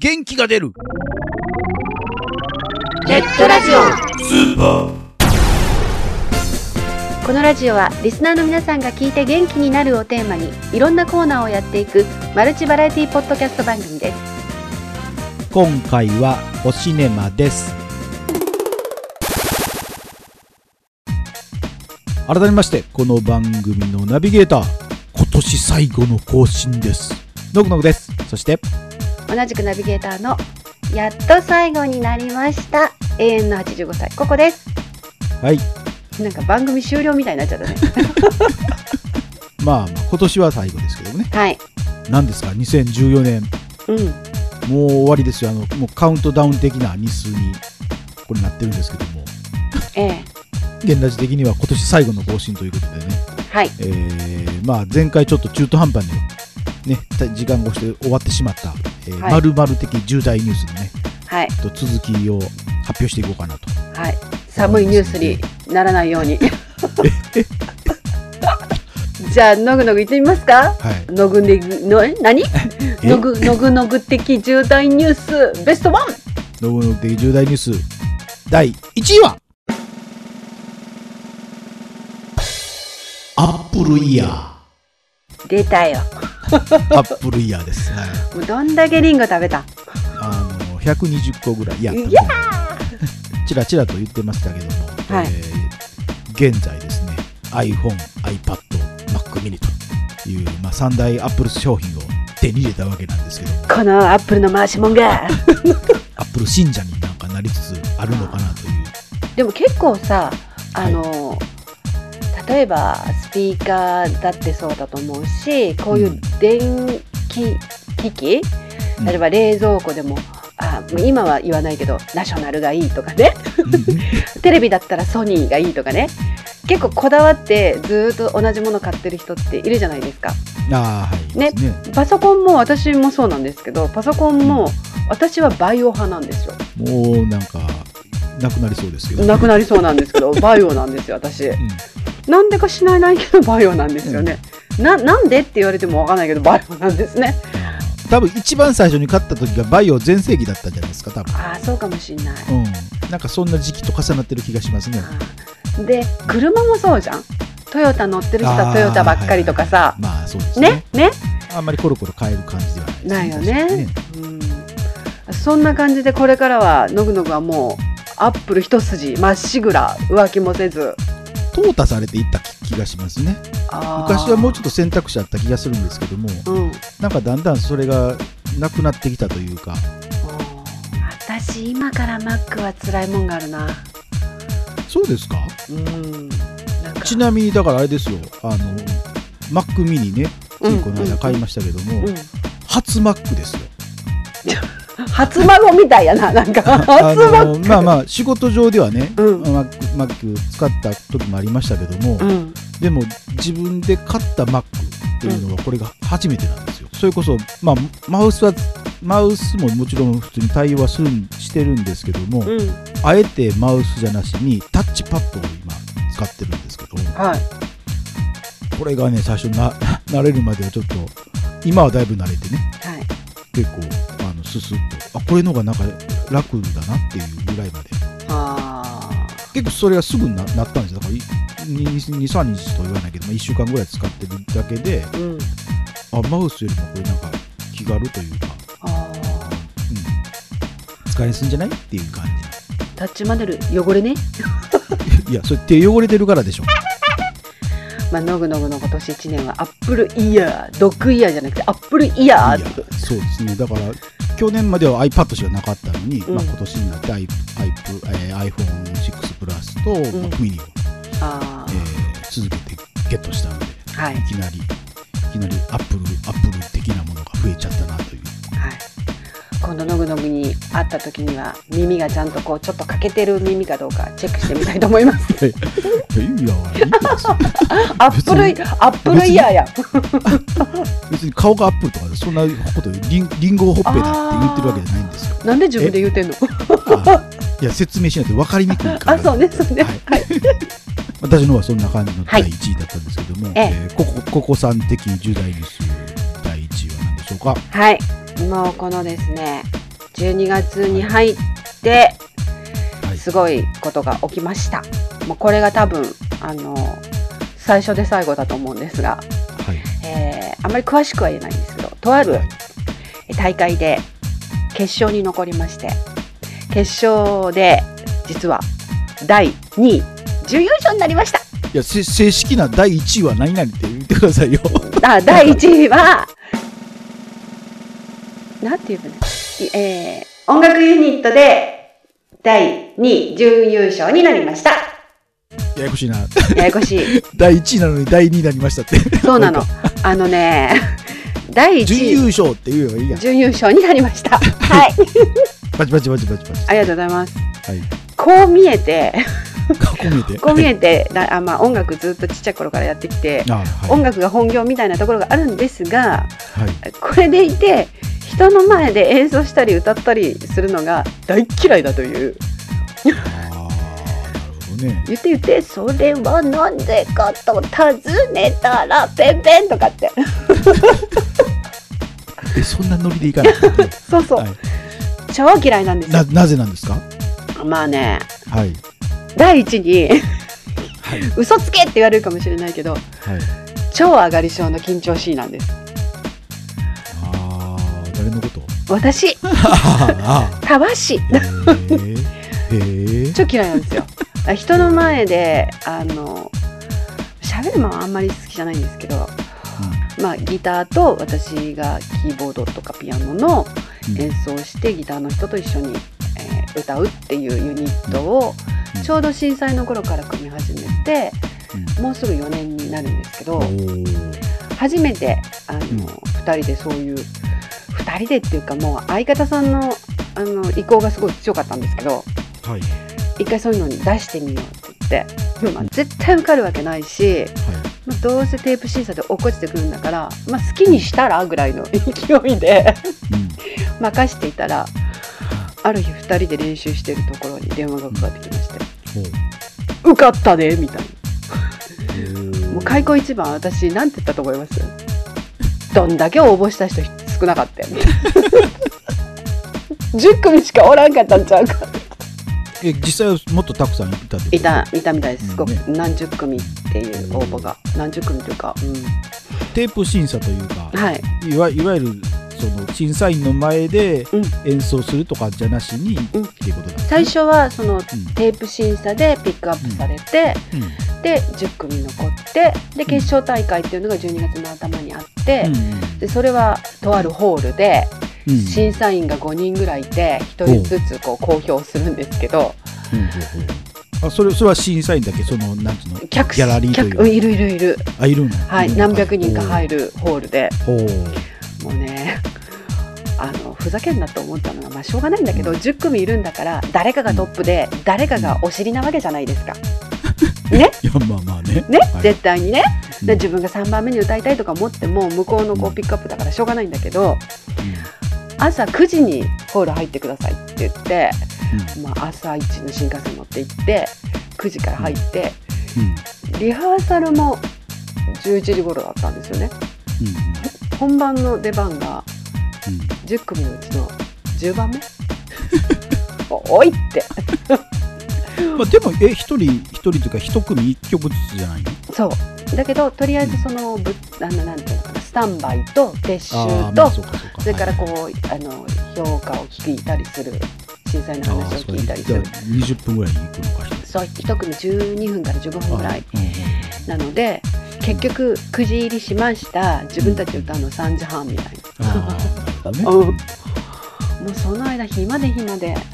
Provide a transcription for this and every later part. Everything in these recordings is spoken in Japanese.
元気が出るネットラジオこのラジオはリスナーの皆さんが聞いて元気になるをテーマにいろんなコーナーをやっていくマルチバラエティポッドキャスト番組です今回はおシネマです改めましてこの番組のナビゲーター今年最後の更新ですノグノグですそして同じくナビゲーターのやっと最後になりました永遠の85歳ここですはいなんか番組終了みたいになっちゃったねまあまあ今年は最後ですけどもねはい何ですか2014年うんもう終わりですよあのもうカウントダウン的な日数にこれなってるんですけどもええ現ラジ的には今年最後の更新ということでねはいえーまあ、前回ちょっと中途半端に、ね、た時間越して終わってしまった、えーはい丸々的重大ニュースの、ね、はいと続きを発表していこうかなと。はい寒いニュースにならないようにじゃあのぐのぐ行ってみますかはい、のぐねぐのえ何のぐのぐのぐ的重大ニュースベストワンノブノブ的重大ニュース第1位はアップルイヤー。出たよアップルイヤーです。はい、もうどんだけリンゴ食べたあの120個ぐらい、いや、いやー ちらちらと言ってましたけども、はいえー現在ですね、iPhone、iPad、Mac mini という、まあ、3大 Apple 商品を手に入れたわけなんですけども、このアップルの回しもんが Apple 信者になんかなりつつあるのかなという、 でも結構さあの、例えばスピーカーだってそうだと思うしこういううん電気機器、うん例えば冷蔵庫でもあ今は言わないけどナショナルがいいとかね テレビだったらソニーがいいとかね結構こだわってずーっと同じもの買ってる人っているじゃないですかああ、はい、ねですねパソコンも私もそうなんですけどパソコンも私はバイオ派なんですよもうなんか、なくなりそうですけど、なくなりそうなんです けどバイオなんですよ私うんなんでか知らないけどバイオなんですよね、ななんでって言われてもわかんないけどバイオなんですねあー多分一番最初に買った時がバイオ全盛期だったんじゃないですか、多分ああそうかもしんないうん、なんかそんな時期と重なってる気がしますね。あーで車もそうじゃんトヨタ乗ってる人はトヨタばっかりとかさ、まあそうですね。ねねあんまりコロコロ変える感じではなないいでよすね確かにうん、そんな感じでこれからはノグノグはもうアップル一筋まっしぐら浮気もせず淘汰されていった気がしますね。昔はもうちょっと選択肢あった気がするんですけども、と、うんなんかだんだんそれがなくなってきたというか、私今からマックは辛いもんがあるなそうですかうんなんかちなみにだからあれですよ、あの、Mac mini ね、ついこの間買いましたけども、うん初 Mac ですよ。初孫みたいやななんかあ 初孫のまあまあ仕事上ではね、うん Mac, Mac 使った時もありましたけども、うんでも自分で買った Mac っていうのはこれが初めてなんですよ。それこそ、まあ、マウスはマウスももちろん普通に対応はするんしてるんですけども、うんあえてマウスじゃなしにタッチパッドを今使ってるんですけどはいこれがね最初な 慣れるまではちょっと今はだいぶ慣れてねはい結構あのススッとあこれの方がなんか楽だなっていうぐらいまであ結構それがすぐななったんですよだから23日とは言わないけど、まあ、1週間ぐらい使ってるだけでーうんあマウスよりもこれなんか気軽というか、あーうん、使いやすいんじゃないっていう感タッチマネル汚れねじ いやそれ手汚れてるからでしょまあノグノグの今年1年はアップルイヤードッグイヤーじゃなくてアップルイヤーいやそうですねだから去年までは iPad しかなかったのに、うんまあ、今年になって i- iP- えー iPhone6 プラスと、んまあ、ミニを、あえー続けてゲットしたのでーはいいきなりいきなりアップルアップル的なものが増えちゃったなというはい今度ノグノグに会った時には耳がちゃんとこうちょっと欠けてる耳かどうかチェックしてみたいと思いますいやいやいいんですよアップルイ別アップルイヤーや別に顔がアップルとかそんなことリンリンゴほっぺだって言ってるわけじゃないんですよなんで自分で言うてんのはいいや説明しないと分かりにくいからあそうねそうねははいい、 私のはそんな感じのはい第1位だったんですけども、えええーここここさん的重大ニュース第1位は何でしょうかはい、もうこのですね12月に入ってはいすごいことが起きました。もうこれが多分あの最初で最後だと思うんですが、はいえーあんまり詳しくは言えないんですけどとあるはい大会で決勝に残りまして決勝で実は第2位準優勝になりましたいやせ正式な第1位は何々って言ってくださいよあ第1位はなんていうかね、いえー音楽ユニットで第2位準優勝になりま した ややこしいなややこしい 第1位なのに第2位になりましたってそうなの。あのね、第準1優位勝って言えばいいやん準優勝になりました。はい、バチバチバチバチバチありがとうございます。はいこう見えて、こう見えてこう見えて、 だあまあ音楽ずっとちっちゃい頃からやってきて、あはい音楽が本業みたいなところがあるんですが、はいこれでいて人の前で演奏したり歌ったりするのが大嫌いだという。あーなるほどね言って言って、それはなんでかと尋ねたらペンペンとかって。えそんなノリでいか ない そうそう、はい超嫌いなんですなよ。なぜなんですかまあね、はい第一に。はい 嘘つけって言われるかもしれないけどはい超上がり症の緊張しいなんですあー誰のこと私あたわしーへえへえ超嫌いなん ですよ人の前であの喋るのはあんまり好きじゃないんですけど、まあ、ギターと私がキーボードとかピアノのうん演奏してギターの人と一緒に、えー歌うっていうユニットをうんちょうど震災の頃から組み始めてうんもうすぐ4年になるんですけど、おー初めてあの、うん2人でそういう2人でっていうかもう相方さんのあの意向がすごい強かったんですけどはい一回そういうのに出してみようって言って、まあ、絶対受かるわけないし、はいまあ、どうせテープ審査で落っこちてくるんだから、まあ、好きにしたらぐらいの勢いで うん任していたらある日2人で練習してるところに電話がかかってきましてほう「受かったね」みたいへなーもう開口一番私なんて言ったと思いますどんだけ応募した人少なかったよ 10組しかおらんかったんちゃうかえ実際はもっとたくさんいたってこといたいたみたいですすごくうんね何十組っていう応募が何十組というか、テープ審査というかうん、はいいわいわゆるその審査員の前でうん演奏するとかじゃなしに、うんっていうことだ、ね、最初はそのうん、テープ審査でピックアップされて、うんで10組残ってで決勝大会っていうのが12月の頭にあって、でそれはとあるホールでうんうん審査員が5人ぐらいいて1人ずつこう公表するんですけどうんほうほうあそれそれは審査員だけそのなんつうの客ギャラリーという客うんいるいるいるあいるのはい、何百人か入るるホールでほうもうねあのふざけんなと思ったのが、まあ、しょうがないんだけど10組いるんだから誰かがトップで誰かがお尻なわけじゃないですか。ねいやまあまあねね、はい絶対にね、うんで自分が3番目に歌いたいとか思っても向こうのこううんピックアップだからしょうがないんだけど朝9時にホール入ってくださいって言って、まあ、朝一の新幹線乗って行って9時から入ってうんうんリハーサルも11時頃だったんですよねうん本番の出番がうんうん10組のうちの10番目 おおいってまあ、でもえ一人一人というか一組一曲ずつじゃないのそうだけどとりあえずそのぶあのなんていうのかなスタンバイと撤収あーまとあそうかそうかそれからはいこうあの評価を聞いたりする震災の話あーをそう聞いたりするじゃあ20分ぐらいに行くのかしらそう一組12分から15分ぐらいうんうんなので結局9時入りしました自分たち歌うの3時半みたいああ、なるうほどんね。なもうその間暇で暇で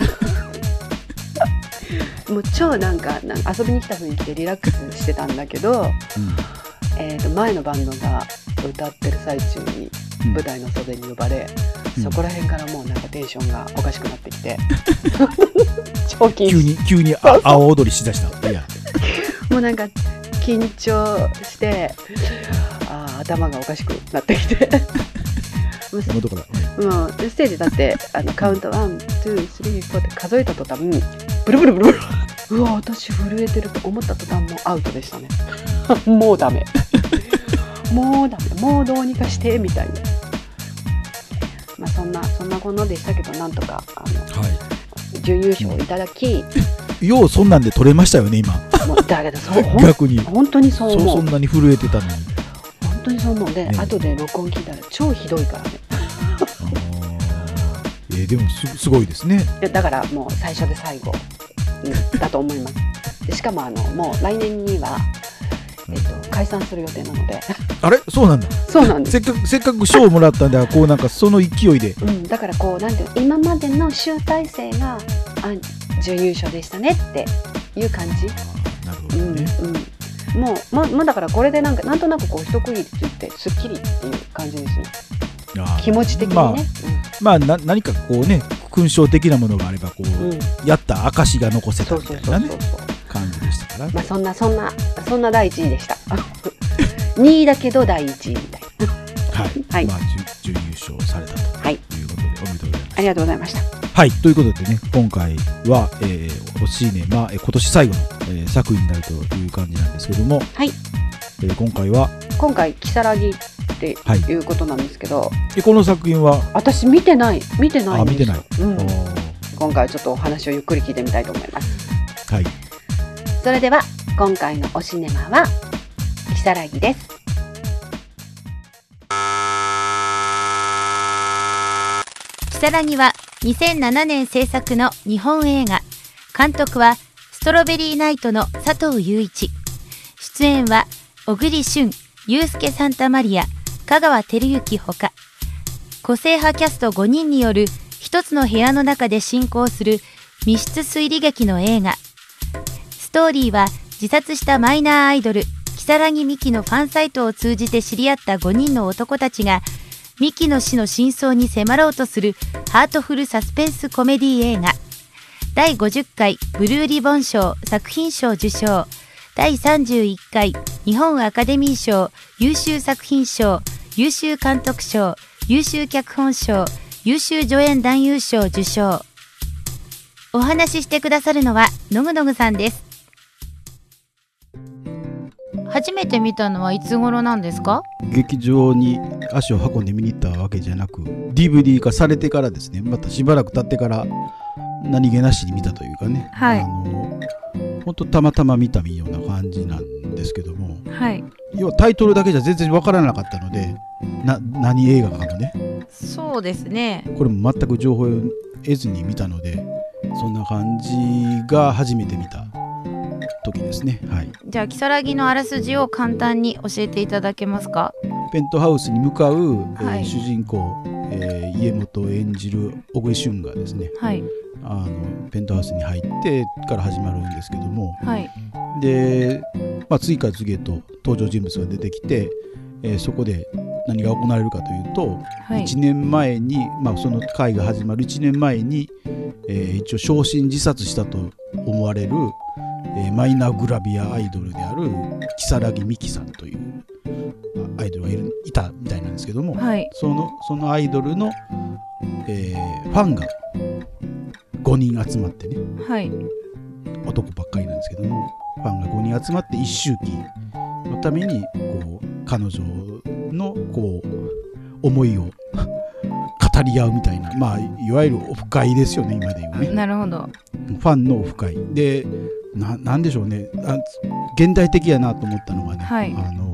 もう超なんかなんか遊びに来た雰囲気でリラックスしてたんだけど、えー、と前のバンドが歌ってる最中にうん舞台の袖に呼ばれ、うんそこら辺からもうなんかテンションがおかしくなってき て超緊急に、急に、あ、青踊りしだした。いや、もうなんか緊張してあー頭がおかしくなってき てもうすもうだから、もうステージだってあのカウントワンツースリーフォーって数えた途端ブルブルブルブルうわ私震えてると思った途端もうアウトでしたねもうダ メもうダメもうどうにかしてみたいなまあ、そんなそんなこんなでしたけどなんとかあのは準優勝をいただき、ようそんなんで取れましたよね今もうだけどそうほん逆に本当にそうそう思うそんなに震えてたのに本当にそう思うで、ね後で録音聞いたら超ひどいからねあーえーでもすすごいですねでだからもう最初で最後うんだと思いますでしかもあのもう来年には、えっと、解散する予定なのであれそうなんだそうなんです、せっかくせっかく賞をもらったんだからこうなんかその勢いでうん、だからこうなんていうの今までの集大成があ準優勝でしたねっていう感じなるほうどんね、うん、もうままあだからこれでなんかなんとなくこう一区切りついてすっきりっていう感じですねあー気持ち的にね、まあまあな何かこうね勲章的なものがあればこうう、んうん、やった証が残せたそうみそたういそうそなうね感じでしたから、まあそんなそんなそんな第1位でした 2位だけど第1位みたいなはい、はいまあ準準優勝されたとはいいうことで、おめでとうございますありがとうございましたはい、ということでね、今回は、えー、おシーネマ、えー今年最後の、えー作品になるという感じなんですけども、はいえー今回は、今回「如月ってはいいうことなんですけど、えこの作品は、私見てない見てないんですよあ見うんおー今回はちょっとお話をゆっくり聞いてみたいと思いますはい、それでは今回の「おシネマ」は「如月ですキサラギは2007年制作の日本映画。監督はストロベリーナイトの佐藤雄一。出演は小栗旬、ユースケ・サンタマリア、香川照之ほか、個性派キャスト5人による一つの部屋の中で進行する密室推理劇の映画。ストーリーは自殺したマイナーアイドル、キサラギミキのファンサイトを通じて知り合った5人の男たちが、ミキの死の真相に迫ろうとするハートフルサスペンスコメディ映画第50回ブルーリボン賞作品賞受賞第31回日本アカデミー賞優秀作品賞優秀監督賞優秀脚本賞優秀助演男優賞受賞お話ししてくださるのはのぐのぐさんです初めて見たのはいつ頃なんですか劇場に足を運んで見に行ったわけじゃなく、DVD 化されてからですね、またしばらく経ってから、何気なしに見たというかね、はいあの本当たまたま見たような感じなんですけども、はい要はタイトルだけじゃ全然わからなかったので、な何映画かもね、そうですねこれも全く情報を得ずに見たのでそんな感じが初めて見た時ですねはいじゃあ、キサラギのあらすじを簡単に教えていただけますか。ペントハウスに向かう、えーはい主人公、えー家元を演じる小栗旬がですねはい、あのペントハウスに入ってから始まるんですけどもはい、で、まあ、次から次へと登場人物が出てきて、えーそこで何が行われるかというと、はい。 1年前に、まあ、その会が始まる1年前に、えー一応焼身自殺したと思われる、えーマイナーグラビアアイドルである如月美希さんというあアイドルがいるいたみたいなんですけども、はい、そのそのアイドルの、えーファンが5人集まってねはい、男ばっかりなんですけどもファンが5人集まって一周期のためにこう彼女のこう思いを 語り合うみたいなまあいわゆるオフ会ですよね今で言うねなるほど。ファンのオフ会でななんでしょうねあ現代的やなと思ったのがね、はいあの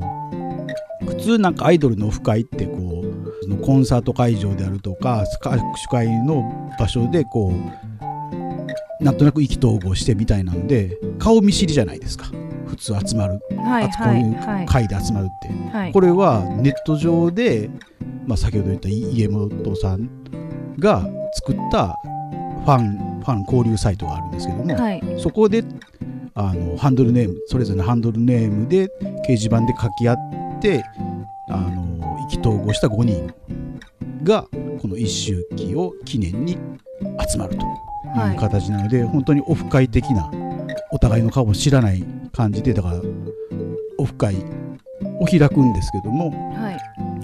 普通なんかアイドルのオフ会ってこうそのコンサート会場であるとか握手会の場所でこうなんとなく意気投合してみたいなんで顔見知りじゃないですか普通集まる、はい、あはい、こうはいうい、会で集まるって、はいこ。れはネット上で、まあ、先ほど言った家元さんが作ったファンファン交流サイトがあるんですけども、はい、そこであのハンドルネームそれぞれのハンドルネームで掲示板で書き合ってあの意気投合した5人がこの一周期を記念に集まるとはいいう形なので、本当にオフ会的なお互いの顔も知らない感じでだからオフ会を開くんですけどもはい、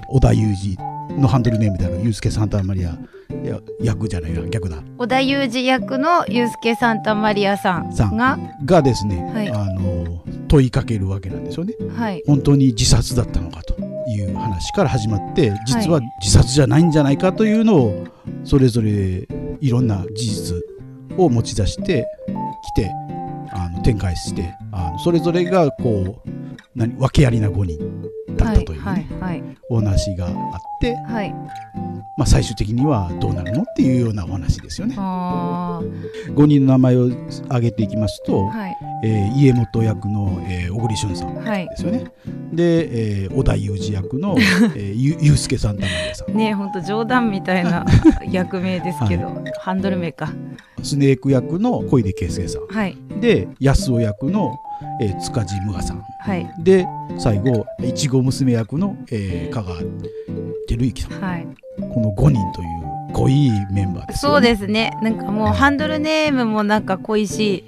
織田裕二のハンドルネームであるユースケ・サンタマリアいや役じゃないな逆だ織田裕二役のユースケサンタマリアささんんが。がですね、はいあの問いかけるわけなんですよね。はい、本当に自殺だったのかという話から始まって実は自殺じゃないんじゃないかというのをそれぞれいろんな事実を持ち出してきてあの展開してあのそれぞれがこう何訳ありな5人だったというね、はいはいお話があって、はいはいまあ、最終的にはどうなるのっていうようなお話ですよね。あ5人の名前を挙げていきますと、ーはいえー家元役の、えー小栗旬さんではいすよね。で、えー織田裕二役 の、えー、ゆゆうすけさん、田中さん。ねえほんと冗談みた いな役名ですけど、ハンドル名かスネーク役の小出圭介さはいん。で、安尾役の、えー塚地無我さん。はいで、最後、いちご娘役の、えー、香川照之さん。はいこの5人という濃いメンバーですそようね、ですねなんかもうハンドルネームもなんか濃いし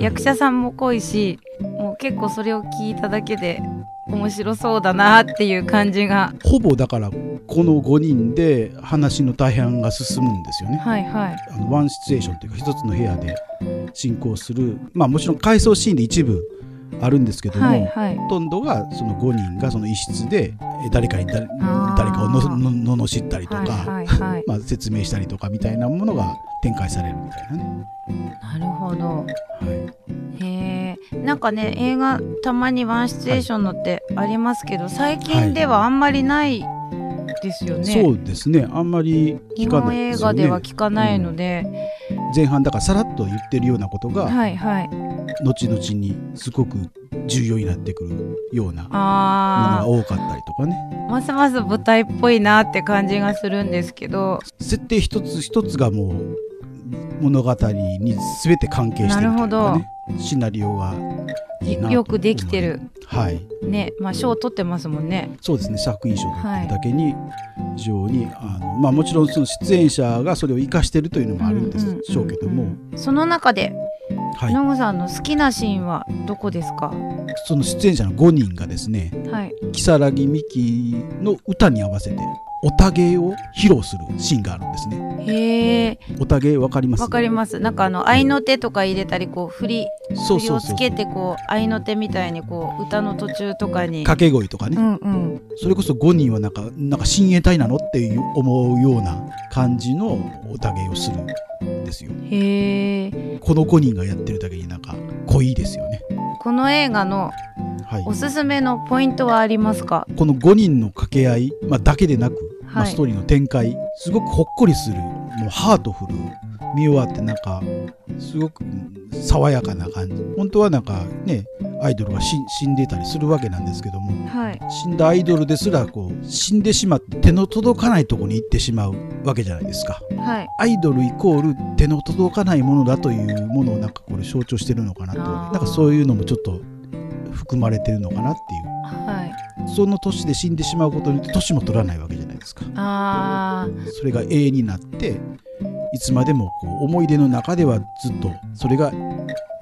役者さんも濃いしもう結構それを聞いただけで面白そうだなっていう感じがほぼだからこの5人で話の大半が進むんですよね。はいはいあのワンシチュエーションというか一つの部屋で進行するまあもちろん回想シーンで一部あるんですけども、はいはいほとんどがその5人がその一室でえ誰かに誰あー誰かをののの罵ったりとか、はいはいはいまあ、説明したりとかみたいなものが展開されるみたいなね。なるほどはいへえなんかね映画たまにワンシチュエーションのってありますけど最近ではあんまりないですよね、そうですねあんまり日聞かな本い映ですよ画ではね。聞かないので、前半だからさらっと言ってるようなことがはいはい後々にすごく重要になってくるようなあものが多かったりとかねーますます舞台っぽいなって感じがするんですけど設定一つ一つがもう物語に全て関係してるというかねシナリオがいいなとよくできてるはいねまあ賞を取ってますもんねそうですね作品賞というだけに非常に、あのまあ、もちろんその出演者がそれを生かしてるというのもあるんでうんうんうんうんしょうけども、その中ではい、野口さんの好きなシーンはどこですかその出演者の5人がですねはい如月美紀の歌に合わせておたげを披露するシーンがあるんですね。へえおたげわかりますわかりますなんかあの合いの手とか入れたりこう振りそう振りそうをそつうけてこう合いの手みたいにこう歌の途中とかに掛け声とかね、うんうんそれこそ5人はなんかなんか親衛隊なのっていう思うような感じのおたげをするんですよ。へえこの5人がやってるだけになんか濃いですよね。この映画のはいお、すすめのポイントはありますかこの5人の掛け合い、まあ、だけでなく、まあはいストーリーの展開すごくほっこりするもうハートフル見終わってなんかすごくうん爽やかな感じ本当はなんかねアイドルは死死んでたりするわけなんですけどもはい死んだアイドルですらこう死んでしまって手の届かないとこに行ってしまうわけじゃないですか。はいアイドルイコール手の届かないものだというものをなんかこれ象徴してるのかなとあーなんかそういうのもちょっと含まれてるのかなっていうはいその年で死んでしまうことによって年も取らないわけじゃないですかあそれが永遠になっていつまでもこう思い出の中ではずっとそれが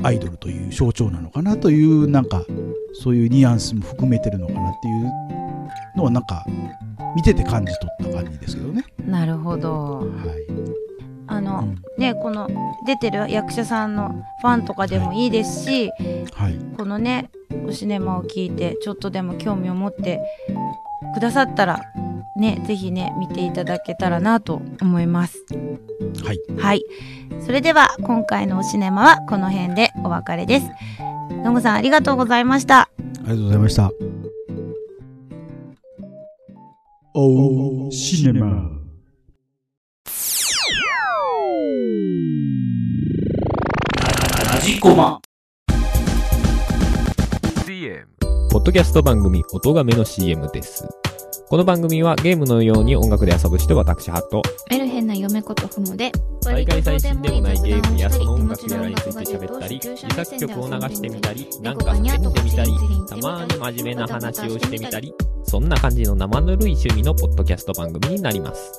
アイドルという象徴なのかなというなんかそういうニュアンスも含めてるのかなっていうのはなんか見てて感じ取った感じですけどね。ーなるほどはいあうのんねこの出てる役者さんのファンとかでもいいですしはいこのねおシネマを聞いてちょっとでも興味を持ってくださったらねぜひね見ていただけたらなと思いますはいはいそれでは今回のおシネマはこの辺でお別れですのぐさんありがとうございましたありがとうございました。おーシネマ。 DM ポッドキャスト番組、音がめの CM です。この番組はゲームのように音楽で遊ぶ人私、ハット。メルヘンな嫁ことふもで毎回最新でもないゲームやその音楽やらについて喋ったり、自作曲を流してみたり、なんか叫んでみたり、たまーに真面目な話をしてみたり、そんな感じの生ぬるい趣味のポッドキャスト番組になります。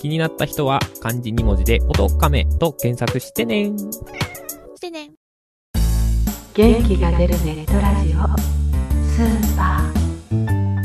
気になった人は漢字2文字で音亀と検索してねしてね元気が出るネットラジオスーパー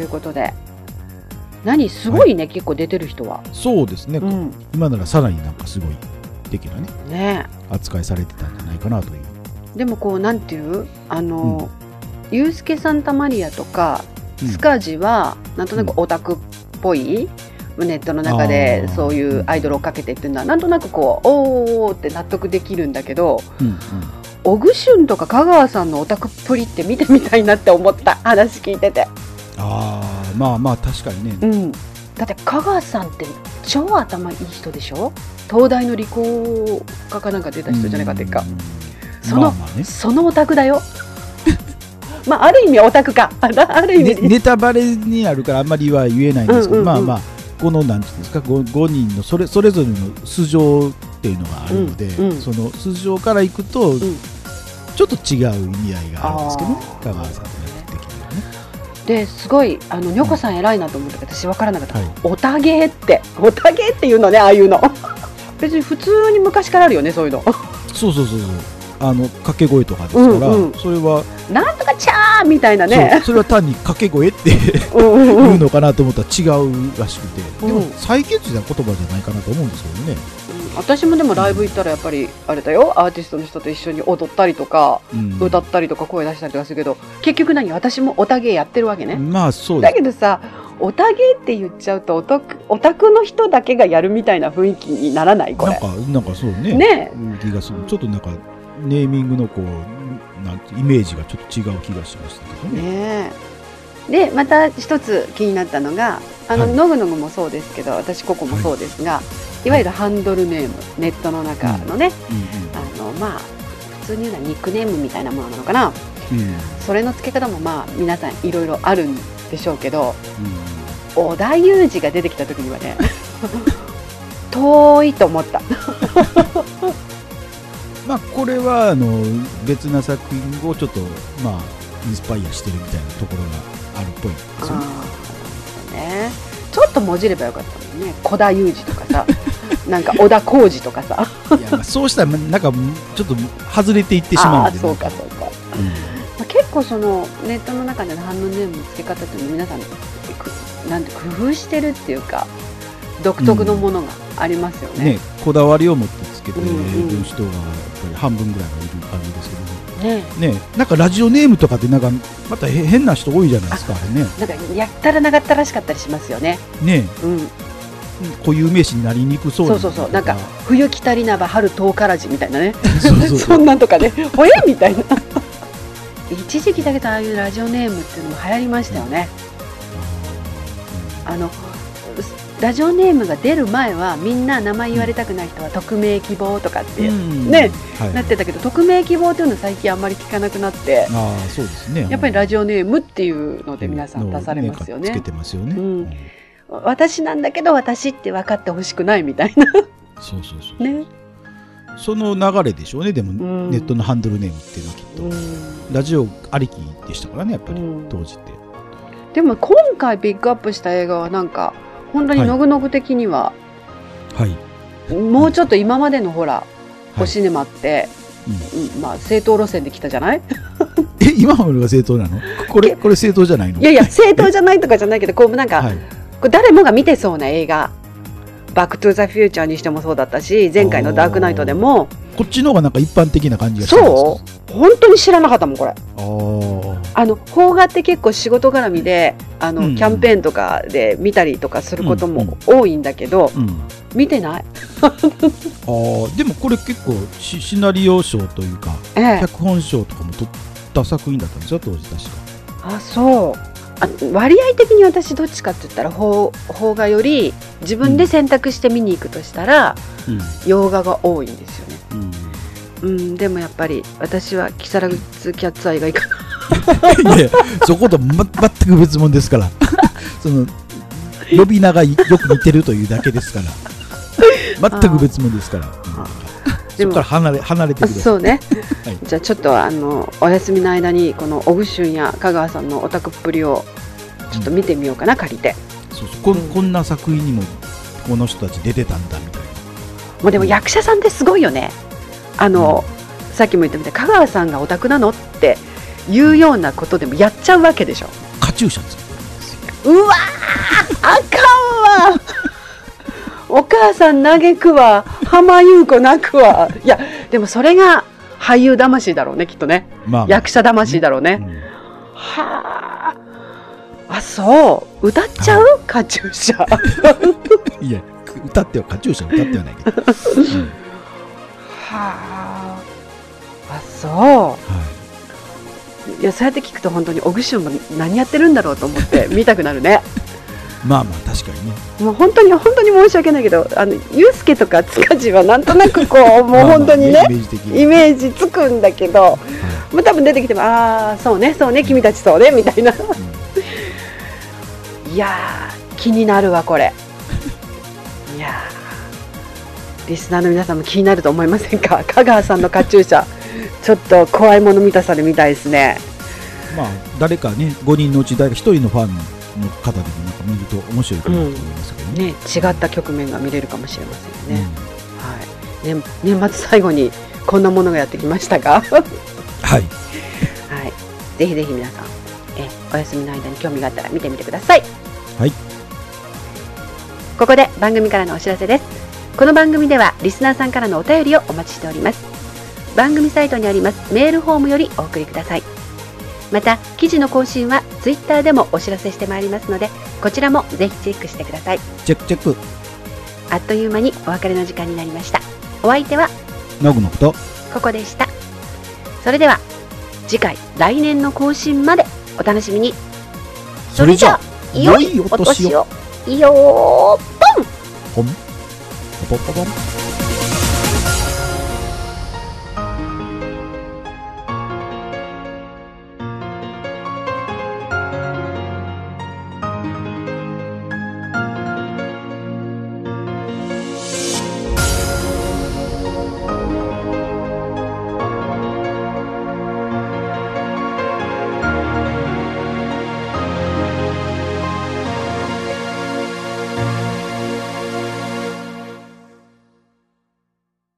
いうことで何すごいね、結構出てる人は、そうですね、うん、今ならさらになんかすごい的なねね扱いされてたんじゃないかなというえでもこうなんていうあの、ユースケ・サンタマリアとか、うんスカジはなんとなくオタクっぽい、ネットの中であーそういうアイドルをかけてっていうのはなんとなくこうおーって納得できるんだけどうんうん小ぐしゅんとか香川さんのオタクっぷりって見てみたいなって思った話聞いてて、ああまあまあ確かにね、うん、だって香川さんって超頭いい人でしょ東大の理工科かなんか出た人じゃないかっていうか、んそのまあまあねそのオタクだ よまあある意味オタクかあなある意ね、味、ネタバレにあるからあんまりは言えないんですけど、うんうんうんまあまあこのなんていうんですか 5, 人のそれそれぞれの素性っていうのがあるので、うんうんその素性からいくと、んちょっと違う意味合いがあるんですけどねあー香川さんのやってきてるねですごいあのにょこさん偉いなと思って私分からなかった、はいオタゲーってオタゲーっていうのねああいうの 別に普通に昔からあるよねそういうの そうそうそうそうあの掛け声とかですから、うんうんそれは、なんとかちゃーみたいなねそうそれは単に掛け声って うんうんうん言うのかなと思ったら違うらしくて、でもうん再現地な言葉じゃないかなと思うんですけどね、うん私もでもライブ行ったらやっぱりあれだよアーティストの人と一緒に踊ったりとかうん歌ったりとか声出したりとかするけど結局何私もオタゲーやってるわけね、まあそうでだすけどさオタゲーって言っちゃうとオタクオタクの人だけがやるみたいな雰囲気にならないこなんれかなんかそうねね気がするちょっとなんかネーミングのこうなんてイメージがちょっと違う気がしましたけどえねねえでまた一つ気になったのがあの、はいノグノグもそうですけど私ここもそうですが、い、わゆるハンドルネームネットの中のね、あのまあ普通に言うのはニックネームみたいなものなのかなうんうんうんそれの付け方もまあ皆さんいろいろあるんでしょうけど織田裕二が出てきた時には ね遠いと思ったまあこれはあの別な作品をちょっとまあインスパイアしてるみたいなところがあるっぽいんですよあねーねちょっともじればよかったのにね小田裕二とか さなんか小田浩二とかさいやまあそうしたらなんかちょっと外れていってしまあうあんーでそうなかんそうか、うんまあ、結構そのネットの中での反応ネームの付け方っていうの皆さんくなんて工夫してるっていうか独特のものがありますよねね、こだわりを持ってつけてるうんうん人がやっぱり半分ぐらいはいる感じですけどねねなんかラジオネームとかってなんかまたへ変な人多いじゃないですかあれねなんかやったらなかったらしかったりしますよねねうん固有名詞になりにくそうそうそうそうなんか「冬来たりなば春遠からじ」みたいなねそうそうそ そうんなんとか ね「おえみたいな一時期だけどああいうラジオネームっていうのも流行りましたよねあのラジオネームが出る前はみんな名前言われたくない人は匿名希望とかってうんね、はい、なってたけど匿名希望っていうの最近あんまり聞かなくなってああそうですねやっぱりラジオネームっていうのオで皆さん出されますよつけねてますよね、うんうん私なんだけど私って分かってほしくないみたいなそうそうそう、ねその流れでしょうねでも、んネットのハンドルネームっていうのはきっと、うんラジオありきでしたからねやっぱり、うん当時ってでも今回ピックアップした映画はなんか本当にノグノグ的には、はい、もうちょっと今までのほら、はおいシネマって、うんまあ、正当路線で来たじゃないえ今のが正当なのこれこれ正当じゃないのいやいや正当じゃないとかじゃないけどこうなんか、はい、こう誰もが見てそうな映画「バック・トゥ・ザ・フューチャー」にしてもそうだったし前回の「ダークナイト」でもこっちの方がなんか一般的な感じがしそますう本当に知らなかったもんこれそうあああの邦画って結構仕事絡みであの、うんキャンペーンとかで見たりとかすることうんもうん多いんだけど、うん見てないあーでもこれ結構シシナリオ賞というかええ脚本賞とかも取った作品だったんですよ当時確か あそうあ割合的に私どっちかって言ったら邦邦画より自分で選択して見に行くとしたら、洋画が多いんですよね、うん、でもやっぱり私は木更津キャッツアイがいいかないやいやそこと、ま、全く別物ですから その呼び名がよく似てるというだけですから全く別物ですから、うんでそもこから離れ離れてくださいそうね、はいじゃあちょっとあのお休みの間にこの小ぐしゅんや香川さんのオタクっぷりをちょっと見てみようかな、借りてそうそうこうんこんな作品にもこの人たち出てたんだみたいなもうでも役者さんってすごいよねあの、さっきも言ったみたいに香川さんがオタクなのっていうようなことでもやっちゃうわけでしょカチューシャ作ったんですようわーあかんわ お母さん嘆くわ浜優子泣くわいやでもそれが俳優魂だろうねきっとねまあ、役者魂だろうね、うんはああそう歌っちゃう、カチューシャいや歌ってはカチューシャ歌ってはない けど、うんはああそうはいいやそうやって聞くと本当にオグシュンも何やってるんだろうと思って見たくなるね まあまあ確かにねもう本当に本当に申し訳ないけどあのユースケとか塚地はなんとなく こうもうまあまあ本当にねイメージ的にイメージつくんだけど、もう多分出てきてもああそうねそうね君たちそうねみたい ないやー気になるわこれいやーリスナーの皆さんも気になると思いません か香川さんのカチューシャちょっと怖いもの見たさで見たいですねまあ誰かね5人のうち誰か1人のファンの方でもなんか見ると面白いかなと思いますけどね,ね、違った局面が見れるかもしれませうんん、よね。はい、ね年末最後にこんなものがやってきましたが、 ははいい、ぜひぜひ皆さんえお休みの間に興味があったら見てみてください。はいここで番組からのお知らせです。この番組ではリスナーさんからのお便りをお待ちしております。番組サイトにありますメールフォームよりお送りください。また記事の更新はツイッターでもお知らせしてまいりますので、こちらもぜひチェックしてください。チェックチェックあっという間にお別れの時間になりました。お相手はノグのことここでした。それでは次回来年の更新までお楽しみに。それじゃそれじゃあ良良いいおお年年をを。いいよー。ポンポンポンポン